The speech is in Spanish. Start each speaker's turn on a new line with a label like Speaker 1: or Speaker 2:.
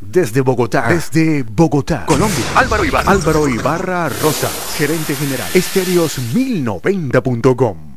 Speaker 1: desde Bogotá. Desde Bogotá, Colombia.
Speaker 2: Álvaro Iván.
Speaker 1: Álvaro Ibarra Rosa, gerente general. Estéreos 1090.com.